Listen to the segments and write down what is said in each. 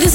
this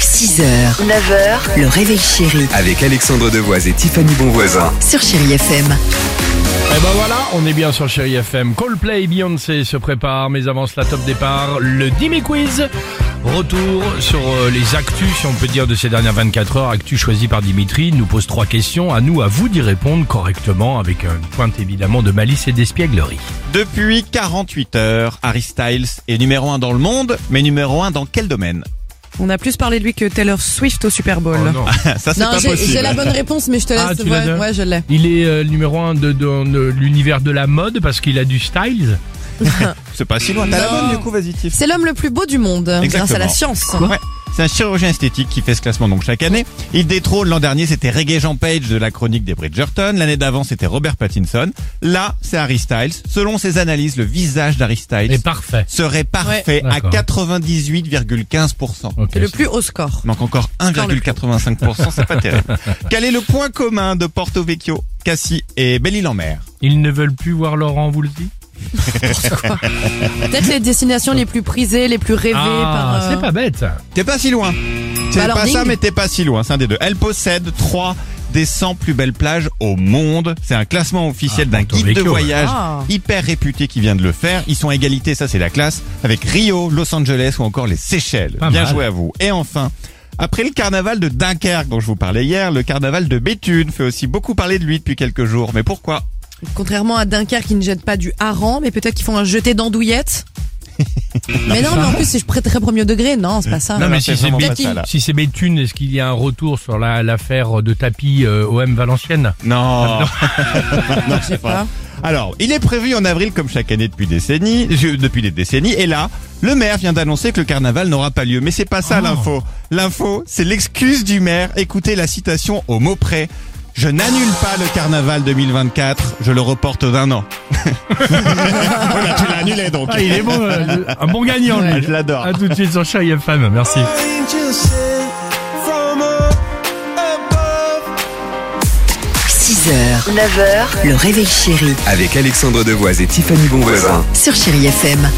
6h, 9h, le réveil chéri avec Alexandre Devoise et Tiffany Bonvoisin. sur Chérie FM. Et ben voilà, on est bien sur Chéri FM. Coldplay, Beyoncé se prépare, mais avance la top départ. Le Dimi Quiz. Retour sur euh, les actus, si on peut dire, de ces dernières 24 heures. Actus choisies par Dimitri. Il nous pose trois questions. À nous, à vous d'y répondre correctement, avec une pointe évidemment de malice et d'espièglerie. Depuis 48 heures, Harry Styles est numéro 1 dans le monde, mais numéro 1 dans quel domaine On a plus parlé de lui que Taylor Swift au Super Bowl. Oh non. Ça, c'est Non, pas j'ai j'ai possible. la bonne réponse, mais je te laisse. Ah, tu l'as ouais, déjà ouais, je l'ai. Il est euh, numéro un de, dans euh, l'univers de la mode parce qu'il a du style. C'est pas si loin. T'as la Non. bonne, du coup, vas-y, Tiff. C'est l'homme le plus beau du monde, grâce à la Exactement. science. Ouais. C'est un chirurgien esthétique qui fait ce classement donc chaque année. Il détrône l'an dernier, c'était Reggae Jean Page de la chronique des Bridgerton. L'année d'avant, c'était Robert Pattinson. Là, c'est Harry Styles. Selon ses analyses, le visage d'Harry Styles Et parfait. serait parfait à D'accord. 98,15%. Ok. C'est le plus haut score. Manque encore 1,85%, c'est pas terrible. Quel est le point commun de Porto Vecchio, Cassis et Belle-Île-en-Mer Ils ne veulent plus voir Laurent, vous le dites Peut-être les destinations les plus prisées, les plus rêvées Hmm. Ah, par. euh, c'est pas bête. T'es pas si loin. C'est Bah alors, pas ça, ding. mais t'es pas si loin. C'est un des deux. Elle possède trois des 100 plus belles plages au monde. C'est un classement officiel Ah, d'un Porto guide de Vecchio, ouais. voyage Ah. hyper réputé qui vient de le faire. Ils sont à égalité, ça c'est la classe, avec Rio, Los Angeles ou encore les Seychelles. Pas Bien mal. joué à vous. Et enfin, après le carnaval de Dunkerque dont je vous parlais hier, le carnaval de Béthune fait aussi beaucoup parler de lui depuis quelques jours. Mais pourquoi Contrairement à Dunkerque, qui ne jettent pas du hareng, mais peut-être qu'ils font un jeté d'andouillette. mais non, mais en plus, si je prête très premier degré, non, c'est pas ça. Non, mais si Ah. c'est c'est vraiment pas Béthune, ça, là. si c'est Béthune, est-ce qu'il y a un retour sur la- l'affaire de tapis euh, OM Valenciennes Non. Ah. Non, je sais pas. Alors, il est prévu en avril comme chaque année depuis, décennies, je- depuis des décennies. Et là, le maire vient d'annoncer que le carnaval n'aura pas lieu. Mais c'est pas ça Ah. l'info. L'info, c'est l'excuse du maire. Écoutez la citation au mot près. Je n'annule pas le carnaval 2024, je le reporte d'un an. voilà, tu l'as annulé donc. Ah, il est bon, euh, le- un bon gagnant lui. Je l'adore. À tout de suite sur Chérie FM, merci. Angels sent from above. 6h, 9h, le réveil chéri Avec Alexandre Devoise et Tiffany Bonvoisin. sur Chérie FM.